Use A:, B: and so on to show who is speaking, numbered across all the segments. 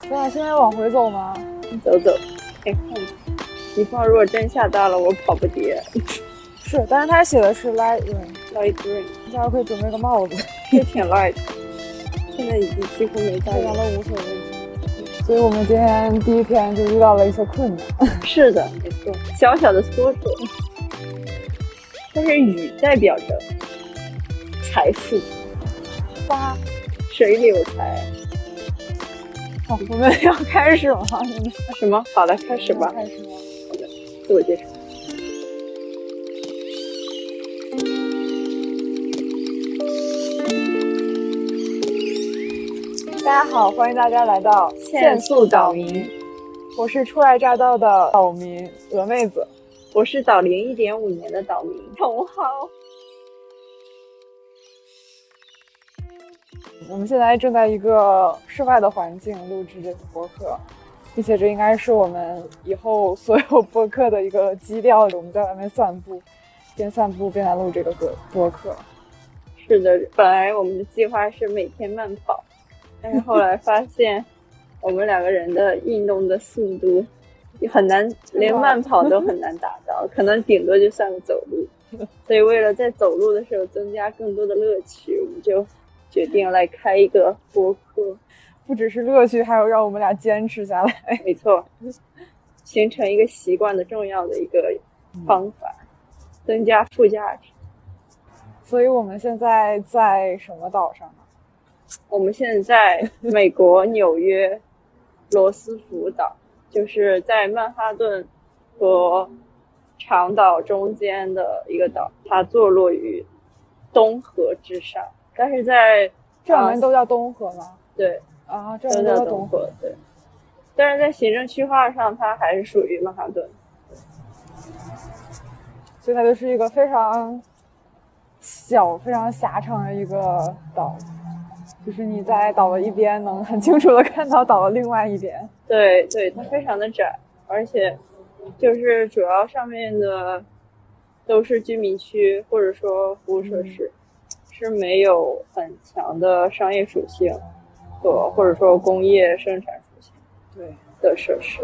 A: 咱俩现在往回走吗？
B: 走走，哎看，情况如果真下大了，我跑不跌。
A: 是，但是他写的是 light rain，
B: Light rain
A: 你下回可以准备个帽 子，
B: 是挺 light，现在已经几乎没下
A: 这
B: 雨
A: 样
B: 了。
A: 都无所谓。所以我们今天第一天就遇到了一些困难，
B: 是的，没错，小小的缩手。但是雨代表着财富，
A: 花。
B: 水里有财。
A: 好，我们要开始吗？
B: 什么？好了，开始
A: 是吧
B: 吧？，
A: 开始吗？
B: 自我介绍。
A: 大家好，欢迎大家来到
B: 限速岛民，
A: 我是初来乍到的岛民鹅妹子。
B: 我是岛龄一点五年的岛民
A: 哦
B: 同好。
A: 我们现在正在一个室外的环境录制这个播客，并且这应该是我们以后所有播客的一个基调。我们在外面散步，边散步边来录这个播播客。
B: 是的，本来我们的计划是每天慢跑，但是后来发现我们两个人的运动的速度也很难，连慢跑都很难达到，可能顶多就算个走路。所以为了在走路的时候增加更多的乐趣，我们就决定来开一个播客。
A: 不只是乐趣，还有让我们俩坚持下来。
B: 没错，形成一个习惯的重要的一个方法，增加附加值。
A: 所以我们现在在什么岛上呢？
B: 我们现在在美国纽约罗斯福岛，就是在曼哈顿和长岛中间的一个岛，它坐落于东河之上，但是在
A: 这两边都叫东河吗？
B: 对
A: 啊，这
B: 啊都
A: 两边
B: 叫
A: 都叫
B: 东
A: 东河。
B: 河，对，但是在行政区划上，它还是属于曼哈顿。
A: 所以它就是一个非常小、非常狭长的一个岛，就是你在岛的一边能很清楚的看到岛的另外一边。
B: 对对，它非常的窄，而且就是主要上面的都是居民区或者说服务
A: 嗯
B: 设施，是没有很强的商业属性和或者说工业生产属性
A: 对，
B: 的设施。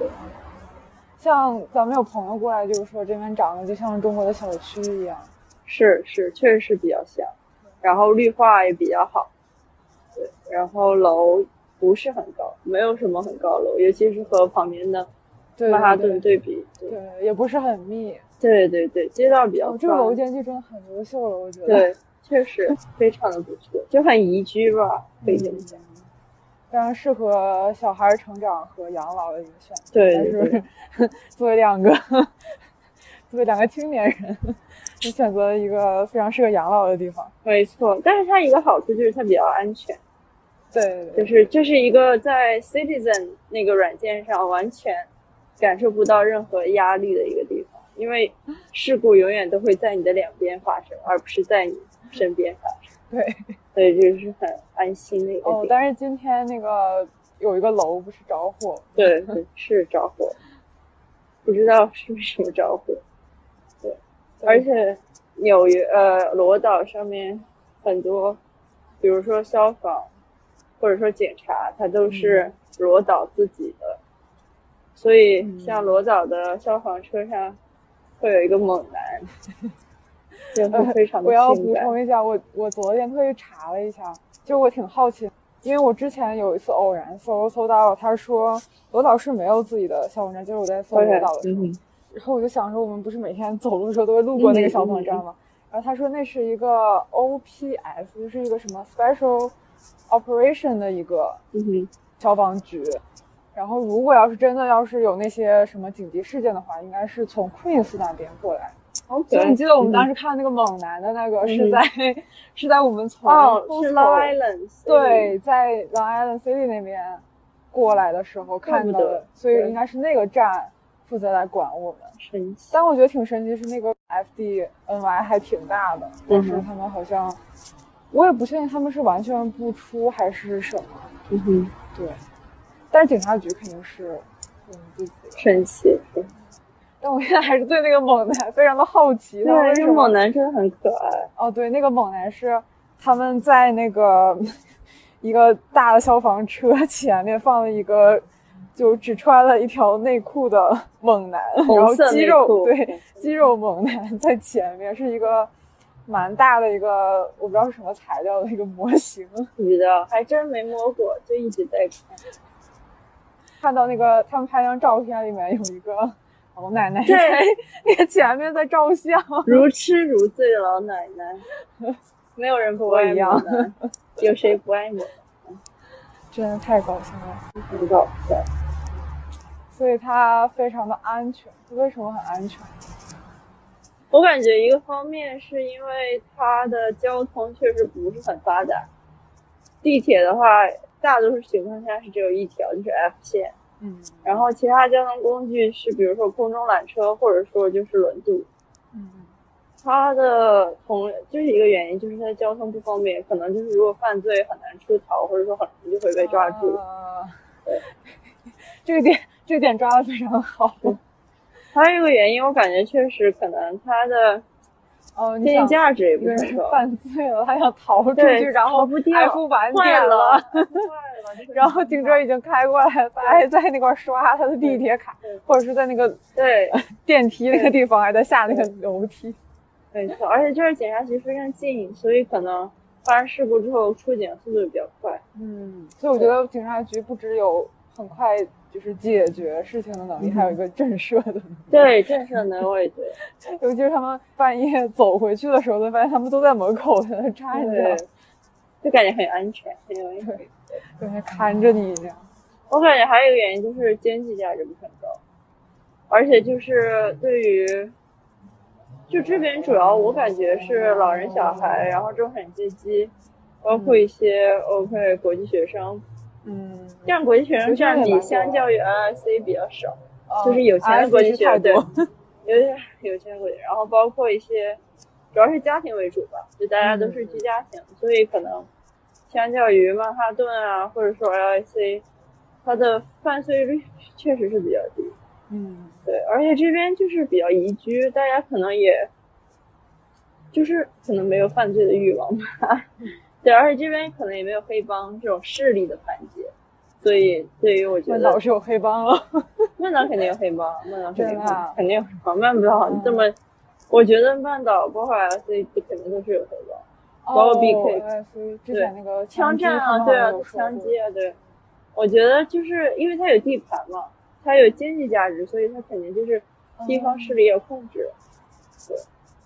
A: 像咱们有朋友过来就是说，这边长得就像中国的小区一样。
B: 是是，确实是比较像，然后绿化也比较好，对，然后楼不是很高，没有什么很高楼，尤其是和旁边的
A: 对
B: 曼哈
A: 对
B: 顿对比，对
A: 对，也不是很密。
B: 对对对，街道比较
A: 哦，这个楼
B: 宽
A: 间距真的很优秀了，我觉得。
B: 对， 确实非常的不错，就很宜居吧，可以这
A: 嗯
B: 么讲。
A: 非常适合小孩儿成长和养老的一个选择。
B: 对
A: 但
B: 对
A: 是 作为两个作为两个青年人，你选择了一个非常适合养老的地方。
B: 没错，但是它一个好处就是它比较安全，
A: 对对
B: 就
A: 对，
B: 是这是一个在 Citizen 那个软件上完全感受不到任何压力的一个地方，因为事故永远都会在你的两边发生，而不是在你身边发生。
A: 对
B: 所以这是很安心的一个
A: 哦，
B: 地方。
A: 但是今天那个有一个楼不是着火，
B: 对对，是着火，不知道是为什么着火。而且纽约呃罗岛上面很多，比如说消防或者说警察，它
A: 嗯
B: 都是罗岛自己的，所
A: 嗯
B: 以像罗岛的消防车上会有一个猛 男，就会非常
A: 我
B: 的
A: 要
B: 性
A: 补
B: 感。
A: 充一下，我我昨天特意查了一下，就我挺好奇，因为我之前有一次偶然搜搜到，他说罗岛是没有自己的消防站，就是我在搜罗
B: OK，
A: 岛的时候，
B: 嗯，
A: 然后我就想说，我们不是每天走路的时候都会路过那个消防
B: 嗯
A: 站吗？然后他说那是一个 OPS，就是一个什么 Special Operation 的一个
B: 嗯哼，
A: 消防局。然后如果要是真的要是有那些什么紧急事件的话，应该是从 Queens 那边过来。就你记得我们当
B: 时
A: 时看那个猛男的那个
B: 嗯
A: 是在、 是在我们从
B: 哦
A: Coastal-
B: 是 Long Island，
A: 对，在 Long Island City 那边过来的时候看到
B: 怪
A: 的
B: 不得，
A: 所以
B: 对
A: 应该是那个站负责来管我们。
B: 神奇。
A: 但我觉得挺神奇，是那个 FDNY 还挺大的，但是
B: 嗯
A: 他们好像，我也不确定他们是完全不出还是什么。
B: 嗯哼，
A: 对，但是警察局肯定是我们自己的。
B: 神奇。
A: 但我现在还是对那个猛男非常的好奇，他为
B: 对，
A: 什
B: 这
A: 么？
B: 猛男真的很可爱。
A: 哦，对，那个猛男是他们在那个一个大的消防车前面放了一个就只穿了一条内裤的猛男，
B: 红
A: 然后
B: 色
A: 肌
B: 内
A: 肉
B: 裤
A: 对肌肉猛男在前面是一个蛮大的一个我不知道是什么材料的一个模型，
B: 不知道，还真没摸过，就一直在看。
A: 看到那个他们拍张照片里面有一个老奶奶
B: 对
A: 在那个前面在照相，
B: 如痴如醉的老奶奶，没有人不爱我
A: 不
B: 的，有谁不爱你？
A: 真的太搞笑了。
B: 很搞笑。
A: 所以它非常的安全。为什么很安全？
B: 我感觉一个方面是因为它的交通确实不是很发达，地铁的话，大多数情况下是只有一条，就是 F 线，
A: 嗯，
B: 然后其他交通工具是比如说空中缆车，或者说就是轮渡。
A: 嗯
B: 它的同就是一个原因，就是它交通不方便，可能就是如果犯罪很难出逃，或者说很容易就会被抓住。
A: 啊
B: 对
A: 这个点，这个点抓的非常好。
B: 还有一个原因，我感觉确实可能它的
A: 哦，你
B: 经济
A: 想
B: 价值也
A: 一
B: 不
A: 个
B: 是很
A: 人
B: 高，
A: 犯罪了，他想逃出
B: 对
A: 去，然
B: 逃
A: 后
B: 不掉
A: F 晚
B: 坏
A: 点
B: 了
A: 了，，
B: 坏 了，就是
A: 然后警车已经开过来了，他还在那块刷他的地铁卡
B: 对对，
A: 或者是在那个
B: 对，
A: 电梯那个地方，还在下那个楼梯。
B: 没错，而且这儿警察局非常近，所以可能发生事故之后出警速度比较快。
A: 嗯，所以我觉得警察局不只有很快就是解决事情的能力，还有一个震慑的能力。
B: 对，正是能我也 觉得，
A: 尤其是他们半夜走回去的时候，才发现他们都在门口在那站
B: 对
A: 着，，
B: 就感觉很安全，很有意思。
A: 在那看着你这样。
B: 我感觉还有一个原因就是经济价值不是很高，而且就是对于，就这边主要我感觉是老人、小孩，然后中产阶级，包括一些 OK 国际学生，
A: 嗯，
B: 但国际学
A: 学
B: 生
A: 生
B: 占
A: 也
B: 比
A: 蛮多
B: 相
A: 的
B: 较于 LSC 比较少。就是有钱的
A: 的
B: 国际
A: 际
B: 学
A: 太
B: 对
A: 多。嗯
B: 有点有钱鬼，然后包括一些，主要是家庭为主吧，就大家都
A: 嗯
B: 是居家型，所以可能相较于曼哈顿啊，或者说 LIC，它的犯罪率确实是比较低。
A: 嗯，
B: 对，而且这边就是比较宜居，大家可能也，就是可能没有犯罪的欲望吧。 对，而且这边可能也没有黑帮这种势力的盘结，所以对于我觉
A: 曼
B: 得
A: 岛是有黑帮了。
B: 曼岛肯定有黑帮，曼岛肯定
A: 真的啊
B: 有肯定有黑帮，曼岛这么，我觉得曼岛包括 L C 肯定都是有黑帮，包括 BK
A: 哦所以之前那个
B: 枪
A: 击
B: 战
A: 他
B: 啊，
A: 们
B: 对
A: 好
B: 啊
A: 像有，说
B: 枪
A: 过
B: 击啊，对，我觉得就是因为它有地盘嘛，它有经济价值，所以它肯定就是地方势力有控制，对，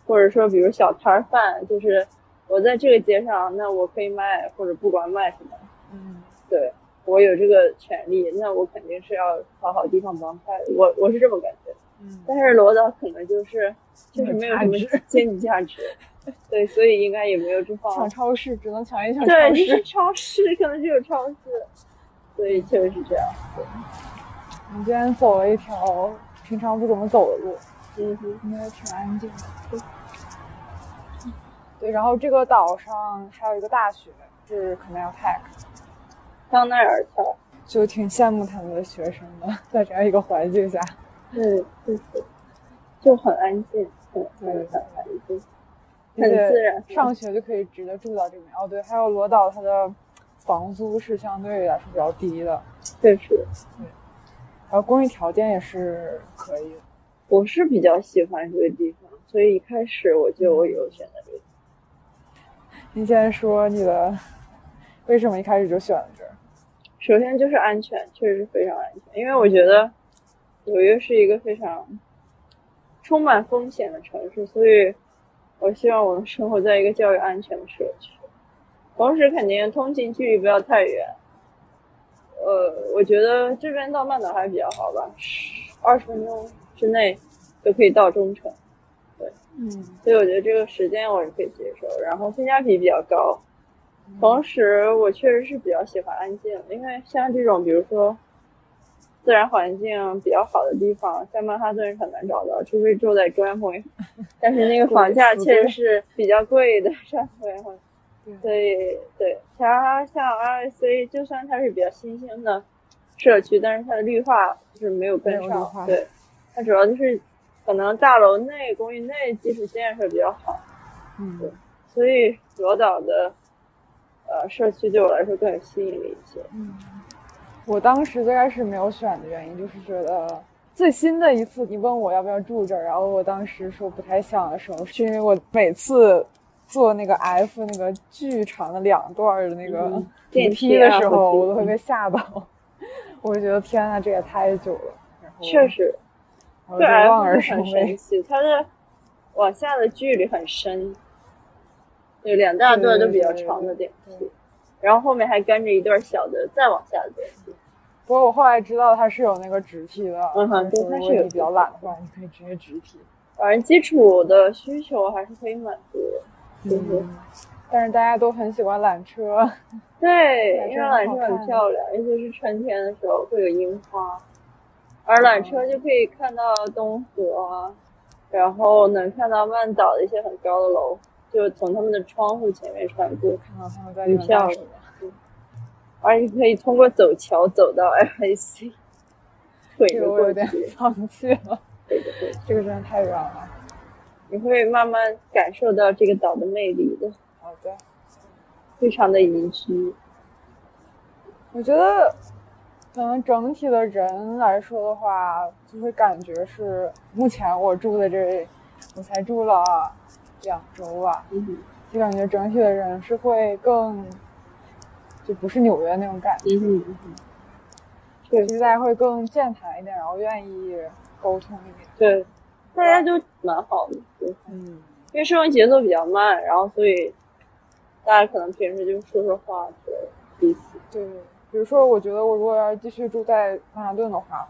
B: 或者说比如小摊儿贩，就是我在这个街上，那我可以卖或者不管卖什么，
A: 嗯，
B: 对我有这个权利，那我肯定是要讨好地方帮派的，我我是这么感觉。
A: 嗯
B: 但是罗导可能就是就是没有什么
A: 价值
B: 经济价值，对，所以应该也没有这方
A: 抢
B: 面。
A: 超市只能抢一抢超
B: 对，你是
A: 市。
B: 超市，可能只有超市，所以确实是这样。
A: 我们今天走了一条平常不怎么走的路。
B: 嗯哼，
A: 应该挺安静的。嗯对，然后这个岛上还有一个大学是 Canal Tech，
B: 香奈儿它，
A: 就挺羡慕他们的学生的，在这样一个环境下。
B: 嗯，就是就很安静，很很很安静，很自然。
A: 上学就可以直接住到这边。哦，对，还有罗岛，它的房租是相对来说比较低的，
B: 确实，
A: 然后公寓条件也是可以的。
B: 我是比较喜欢这个地方，所以一开始我就我有选择这个地方。
A: 你现在说你的为什么一开始就选了这儿？
B: 首先就是安全，确实非常安全，因为我觉得纽约是一个非常充满风险的城市，所以我希望我们生活在一个较为安全的社区，同时肯定通勤距离不要太远。呃，我觉得这边到曼岛还比较好吧，十二十分钟之内就可以到中城，
A: 嗯，
B: 所以我觉得这个时间我是可以接受。然后性价比比较高，同时，我确实是比较喜欢安静，因为像这种，比如说自然环境比较好的地方，在曼哈顿是很难找到，除非住在中央公园。但是那个房价确实是比较贵的， 上中央公园。所以，对，它像 RSC，就算它是比较新兴的社区，但是它的绿化就是没有跟
A: 没有绿
B: 上
A: 化。
B: 对，它主要就是可能大楼内、公寓内基础建设比较好。
A: 嗯
B: 所以罗岛的呃社区对我来说更有吸引力一些。
A: 嗯，我当时最开始没有选的原因就是觉得。最新的一次，你问我要不要住这儿，然后我当时说不太想的时候，是因为我每次坐那个 F 那个巨长的两段儿的那个
B: 嗯
A: 电
B: 电
A: 梯
B: 梯
A: 的
B: 啊
A: 时
B: 我
A: 候，
B: 记
A: 我都
B: 得
A: 会被吓到。 我就觉得天啊呐，这也太久了，然后
B: 确，实，
A: 然后
B: 对
A: 就
B: F
A: 望而
B: 是
A: 生
B: 很神
A: 畏。
B: 奇，它的往下的距离很深，有两大段都比较长的电
A: 对对
B: 梯，然后后面还跟着一段小的再往下的电梯。
A: 不过我后来知道它是有那个直梯的，
B: 嗯哼
A: 就是
B: 对它
A: 如
B: 是
A: 果
B: 有
A: 你比较懒的话，你可以直接直梯。
B: 反正基础的需求还是可以满足的。就是
A: 嗯，但是大家都很喜欢缆车，
B: 对，
A: 对
B: 因为缆
A: 真
B: 车
A: 的好看
B: 很漂亮，尤其是春天的时候会有樱花，而缆车
A: 嗯
B: 就可以看到东河啊，然后能看到曼岛的一些很高的楼，就从他们的窗户前面穿过，
A: 看到他们在
B: 很
A: 里面干
B: 漂
A: 什
B: 亮
A: 么。
B: 而且可以通过走桥走到 FAC，腿
A: 这
B: 着
A: 个我有
B: 过
A: 点
B: 去，
A: 放弃 了，这个真的太远了。
B: 你会慢慢感受到这个岛的魅力的，
A: 好的，
B: 非常的宜居。
A: 我觉得可能整体的人来说的话，就会感觉是目前我住的这，我才住了两周吧，
B: 嗯
A: 就感觉整体的人是会更，就不是纽约那种感觉，
B: 嗯哼嗯哼，对
A: 其实大家会更健谈一点，然后愿意沟通一点。
B: 对，大家都蛮好的。对
A: 嗯，
B: 因为生活节奏比较慢，然后所以大家可能平时就说说话之类的彼此。
A: 对，比如说，我觉得我如果要是继续住在曼哈顿的话，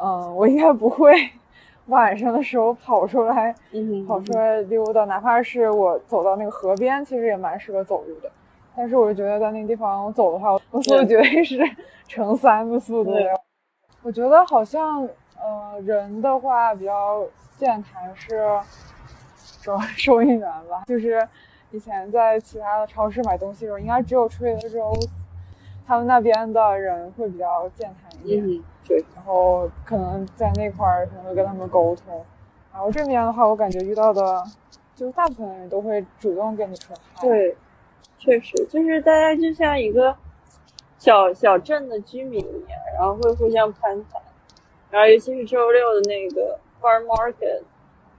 A: 嗯，我应该不会 晚上的时候跑出来
B: 嗯
A: 跑出来溜达，哪怕是我走到那个河边，其实也蛮适合走路的。但是我就觉得在那个地方我走的话，我速度绝对是乘三的速度
B: 对
A: 的。我觉得好像呃，人的话比较健谈是收收银员吧，就是以前在其他的超市买东西的时候，应该只有 Trader Joe's，他们那边的人会比较健谈一点。
B: 嗯，对，
A: 然后可能在那块儿可能会跟他们沟通。然后这边的话，我感觉遇到的，就是大部分人都会主动跟你说嗨。，
B: 对，确实就是大家就像一个小小镇的居民一样，然后会互相攀谈，然后尤其是周六的那个 farm market，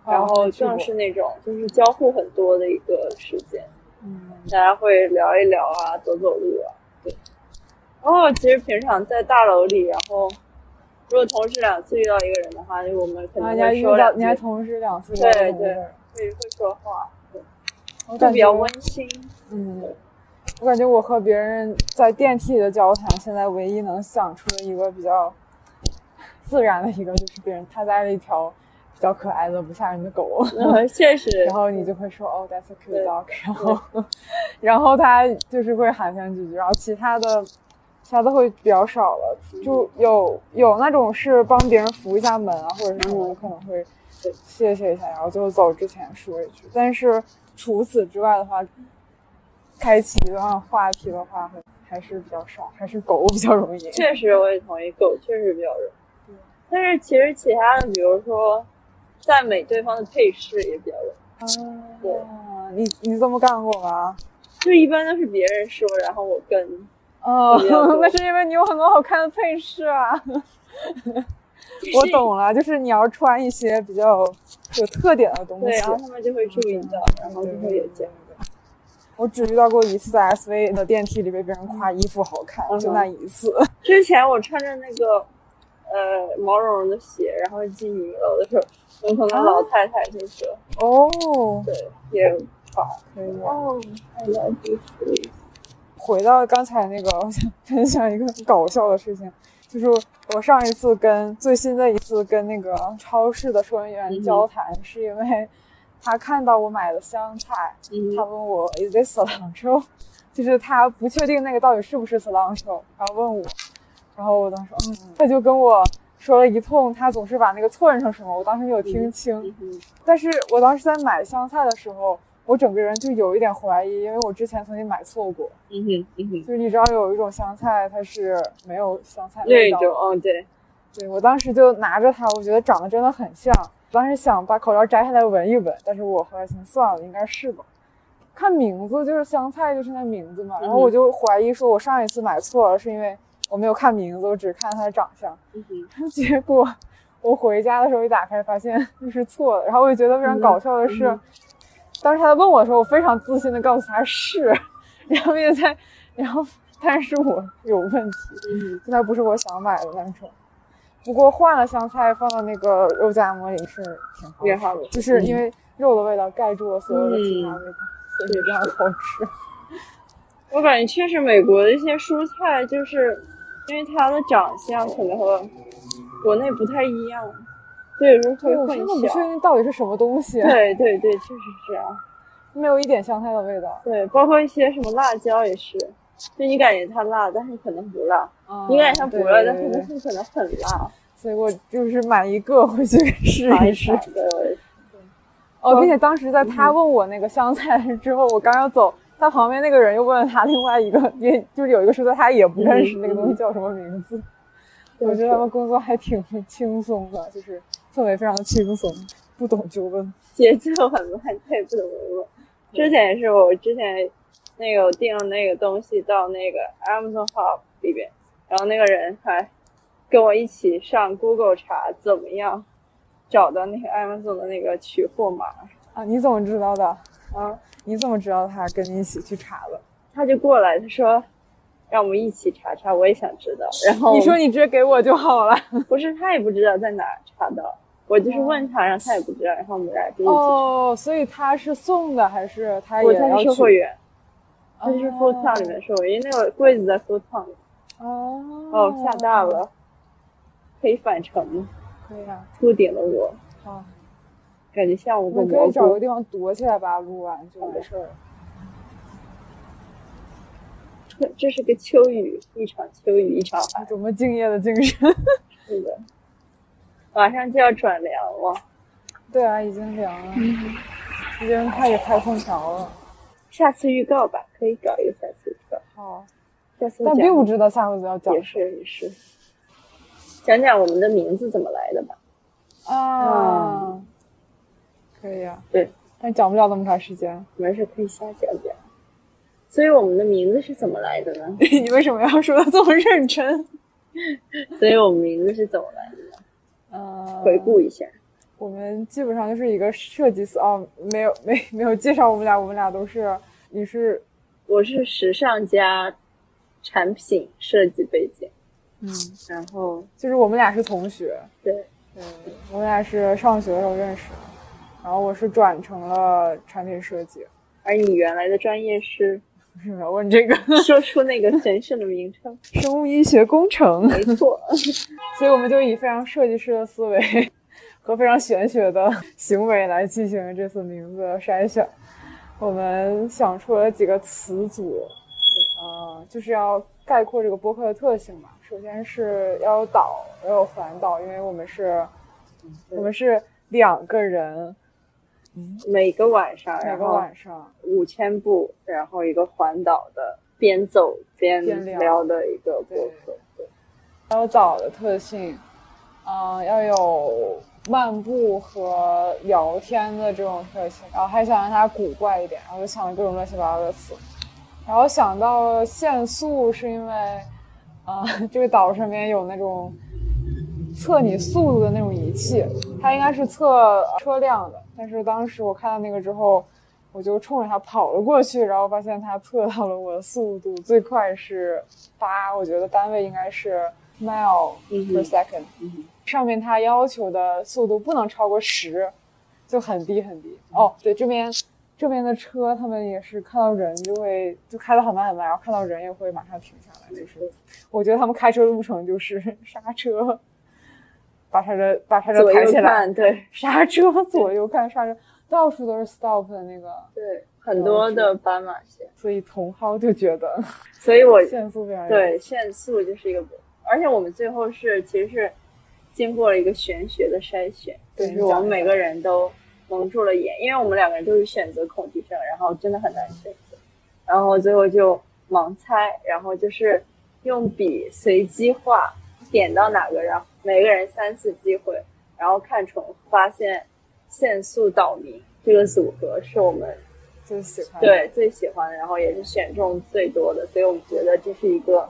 A: 啊
B: 然后
A: 去过
B: 正是那种就是交互很多的一个时间。
A: 嗯，
B: 大家会聊一聊啊，走走路啊，对。然后其实平常在大楼里，然后如果同时两次遇到一个人的话，就我们可
A: 然后
B: 能
A: 你还
B: 会
A: 啊遇
B: 说
A: 到，
B: 两
A: 你还
B: 句，
A: 同时两次
B: 对
A: 聊天
B: 对
A: 的人
B: 会会说话，对，
A: 我
B: 就
A: 感
B: 比较
A: 觉
B: 温馨。
A: 嗯，我感觉我和别人在电梯里的交谈，现在唯一能想出的一个比较自然的一个，就是别人他带了一条比较可爱的不吓人的狗。
B: 嗯，确实，
A: 然后你就会说哦，that's a cute
B: 对
A: dog，然后，然后他就是会喊上几句，然后其他的，其他的会比较少了，
B: 嗯
A: 就有有那种是帮别人扶一下门啊，或者是什么的，
B: 嗯
A: 可能会
B: 对
A: 谢谢一下，然后最后走之前说一句。但是除此之外的话，开启一段话题的话，还是比较少，还是狗比较容易。
B: 确实我也同意，狗确实比较容易。但是其实其他的，比如说赞美对方的配饰也比较容易，对
A: 啊，你你这么干过吗？
B: 就一般都是别人说，然后我跟。
A: 哦
B: 比较，多
A: 那是因为你有很多好看的配饰啊。我。懂了，就是你要穿一些比较有特点的东
B: 对，
A: 西
B: 然。后他们就会注意到，然后就会有这样。
A: 我只遇到过一次在 SV 的电梯里被别人夸衣服好看，
B: 嗯
A: 就那一次。
B: 之前我穿着那个呃毛茸茸的鞋，然后进女楼的时候，有可能
A: 啊
B: 老太太就说，
A: 哦，
B: 对，也好。
A: 可以啊了。
B: 哦，I love you.
A: 回到刚才那个，我想分享一个搞笑的事情，就是我上一次跟最新的一次跟那个超市的收银员交谈，是因为他看到我买的香菜，他
B: 嗯，
A: 问我哎 is this cilantro，就是他不确定那个到底是不是 cilantro，然后问我，然后我当时嗯，他就跟我说了一通，他总是把那个错认成什么，我当时没有听清，
B: 嗯
A: 但是我当时在买香菜的时候，我整个人就有一点怀疑，因为我之前曾经买错过，
B: 嗯哼，嗯哼，
A: 就是你知道有一种香菜它是没有香菜
B: 那
A: 味道
B: 种，
A: 的，
B: 哦，对，
A: 对我当时就拿着它，我觉得长得真的很像。当时想把口罩摘下来闻一闻，但是我后来想算了，应该是吧。
B: 嗯
A: 看名字就是香菜，就是那名字嘛。然后我就怀疑说，我上一次买错了，是因为我没有看名字，我只看他的长相。
B: 嗯哼
A: 结果我回家的时候一打开，发现那是错的。然后我就觉得非常搞笑的是，
B: 嗯
A: 当时他在问我的时候，我非常自信的告诉他是， 然后也在，然后但是我有问题，
B: 嗯
A: 就它不是我想买的那种。不过换了香菜放到那个肉夹馍里是挺好
B: 哼，也
A: 的，
B: 好，
A: 就是因为肉的味道盖住了所有的其他
B: 嗯
A: 味道，所以这样好吃。
B: 我感觉确实美国的一些蔬菜，就是因为它的长相可能和国内不太一样，所以说会
A: 对，我
B: 混
A: 哦真的不确
B: 淆。
A: 定到底是什么东西，
B: 对对对，确实是这样。
A: 没有一点香菜的味道。
B: 对，包括一些什么辣椒也是，就你感觉它辣，但是可能不辣；你感觉它
A: 嗯
B: 不
A: 对
B: 辣，
A: 对
B: 但
A: 对
B: 是
A: 对
B: 它可能很辣。
A: 所以我就是买一个回去试
B: 尝
A: 一
B: 一
A: 试
B: 尝。对，我也
A: 哦，并且当时在他问我那个香菜 之后，我刚要走，他旁边那个人又问了他另外一个，也就是有一个说的他也不认识
B: 嗯
A: 那个东西叫什么名字。
B: 对
A: 我觉得他们工作还挺轻松的，就是氛围非常的轻松，不懂就问。
B: 节奏很慢，对，不怎么用。之前也是我之前那个我订那个东西到那个 Amazon Hub 里边，然后那个人还跟我一起上 Google 查怎么样找到那个 Amazon 的那个取货码
A: 啊，你怎么知道的？
B: 啊，
A: 你怎么知道他跟你一起去查了？
B: 他就过来，他说让我们一起查查，我也想知道。然后
A: 你说你直接给我就好了。
B: 不是，他也不知道在哪儿查到，我就是问他，然后他也不知道，然后我们俩就一起查。
A: 哦，所以他是送的还是他
B: 我
A: 也
B: 他
A: 要
B: 是
A: 去？
B: 售货员，他是 Food
A: 哦
B: Town 里面售货员，因为那个柜子在 Food Town 里。
A: 哦
B: 哦，吓大。了，可以返程，
A: 可以啊，
B: 秃顶了我，
A: 好。
B: 感觉像我
A: 我
B: 个
A: 们可
B: 蘑
A: 以找个
B: 菇。
A: 地方躲起来吧，录完就完事儿了。
B: 这是个秋雨，一场秋雨一场寒，
A: 多么敬业的精神！
B: 是的。马上就要转凉了，
A: 对啊，已经凉了，
B: 嗯
A: 已经开始开空调了。
B: 下次预告吧，可以搞一个下次预告。
A: 好，
B: 下次
A: 但并
B: 讲
A: 不知道下回子要讲
B: 也是也是，讲讲我们的名字怎么来的吧。
A: 啊。可以啊，
B: 嗯对，
A: 但讲不了那么长时间。
B: 我们是可以瞎讲讲。所以我们的名字是怎么来的 呢？
A: 你为什么要说的这么认真？
B: 所以我们名字是怎么来的？
A: 嗯，
B: 回顾一下，
A: 我们基本上就是一个设计思哦，没有没没有介绍我们俩，我们俩都是你是
B: 我是时尚加产品设计背景。
A: 嗯，
B: 然后
A: 就是我们俩是同学，
B: 对，
A: 嗯，我们俩是上学的时候认识的，然后我是转成了产品设计。
B: 而你原来的专业是
A: 为什么要问这个？
B: 说出那个神圣的名称，
A: 生物医学工程，
B: 没错，
A: 所以我们就以非常设计师的思维和非常玄学的行为来进行这次名字的筛选。我们想出了几个词组，呃，就是要概括这个播客的特性嘛。首先是要有导，要有环岛，因为我们是，
B: 嗯
A: 我们是两个人，
B: 每个晚上，
A: 每
B: 然
A: 个
B: 后
A: 晚上。
B: 五千步，然后一个环岛的，边走边
A: 边聊
B: 聊的一个播客。对，
A: 还有岛的特性，嗯、要有漫步和聊天的这种特性，然后还想让它古怪一点，然后就想了各种乱七八糟的词，然后想到限速是因为，啊、这个岛上面有那种测你速度的那种仪器，它应该是测呃车辆的，但是当时我看到那个之后。我就冲着它跑了过去，然后发现它测到了我的速度，最快是八，我觉得单位应该是 mile
B: 嗯
A: per
B: 哼
A: second，、上面它要求的速度不能超过十，就很低很低。哦，对，这边这边的车他们也是看到人就会就开得很慢很慢，然后看到人也会马上停下来，就是我觉得他们开车路程就是 刹车，把刹车把刹车
B: 左
A: 抬
B: 右
A: 起来，
B: 看，对
A: 刹车左右看刹车，到处都是 stop 的那个。
B: 对，很多的斑马线，
A: 所以茼蒿就觉得
B: 所以我
A: 限速非常严
B: 对限速就是一个，而且我们最后是其实是经过了一个玄学的筛选，就
A: 对
B: 是我们每个人都蒙住了眼，因为我们两个人都是选择恐惧症，然后真的很难选择，然后最后就盲猜，然后就是用笔随机画点到哪个，然后每个人三次机会，然后看重复发现限速岛民这个组合是我们
A: 最喜欢
B: 对最喜欢的，然后也是选中最多的，所以我们觉得这是一个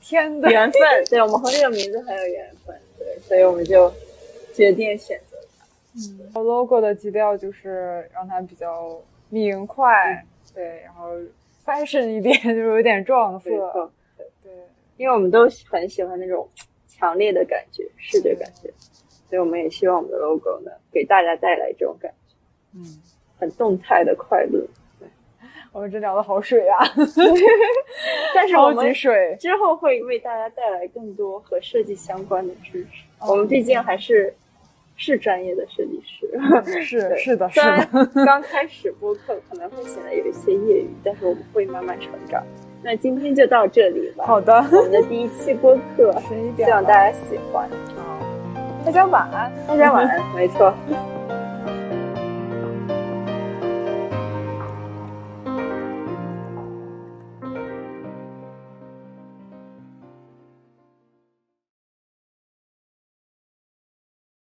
A: 天 的，
B: 缘分，对我们和这个名字很有缘分，对，所以我们就决定选择。
A: logo 的基调就是让它比较明快，
B: 嗯
A: 对，然后 fashion 一点， 就是有点撞
B: 没
A: 色，
B: 错，
A: 对，
B: 因为我们都很喜欢那种强烈的感觉，视觉感觉，所以我们也希望我们的 logo 呢，给大家带来这种感觉，
A: 嗯，
B: 很动态的快乐。
A: 我们这聊的好水啊，
B: 但是
A: 超
B: 我
A: 级
B: 们
A: 水，
B: 之后会为大家带来更多和设计相关的知识。
A: 哦
B: 我们毕竟还是是专业的设计师，
A: 是
B: 对
A: 是的，是
B: 虽然
A: 的，
B: 刚开始播客可能会显得有一些业余，但是我们会慢慢成长。那今天就到这里吧，
A: 好的，
B: 我们的第一期播客，
A: 十一
B: 嗯希
A: 点
B: 望
A: 了，
B: 大家喜欢。
A: 大家晚安。
B: 大家晚安，没错。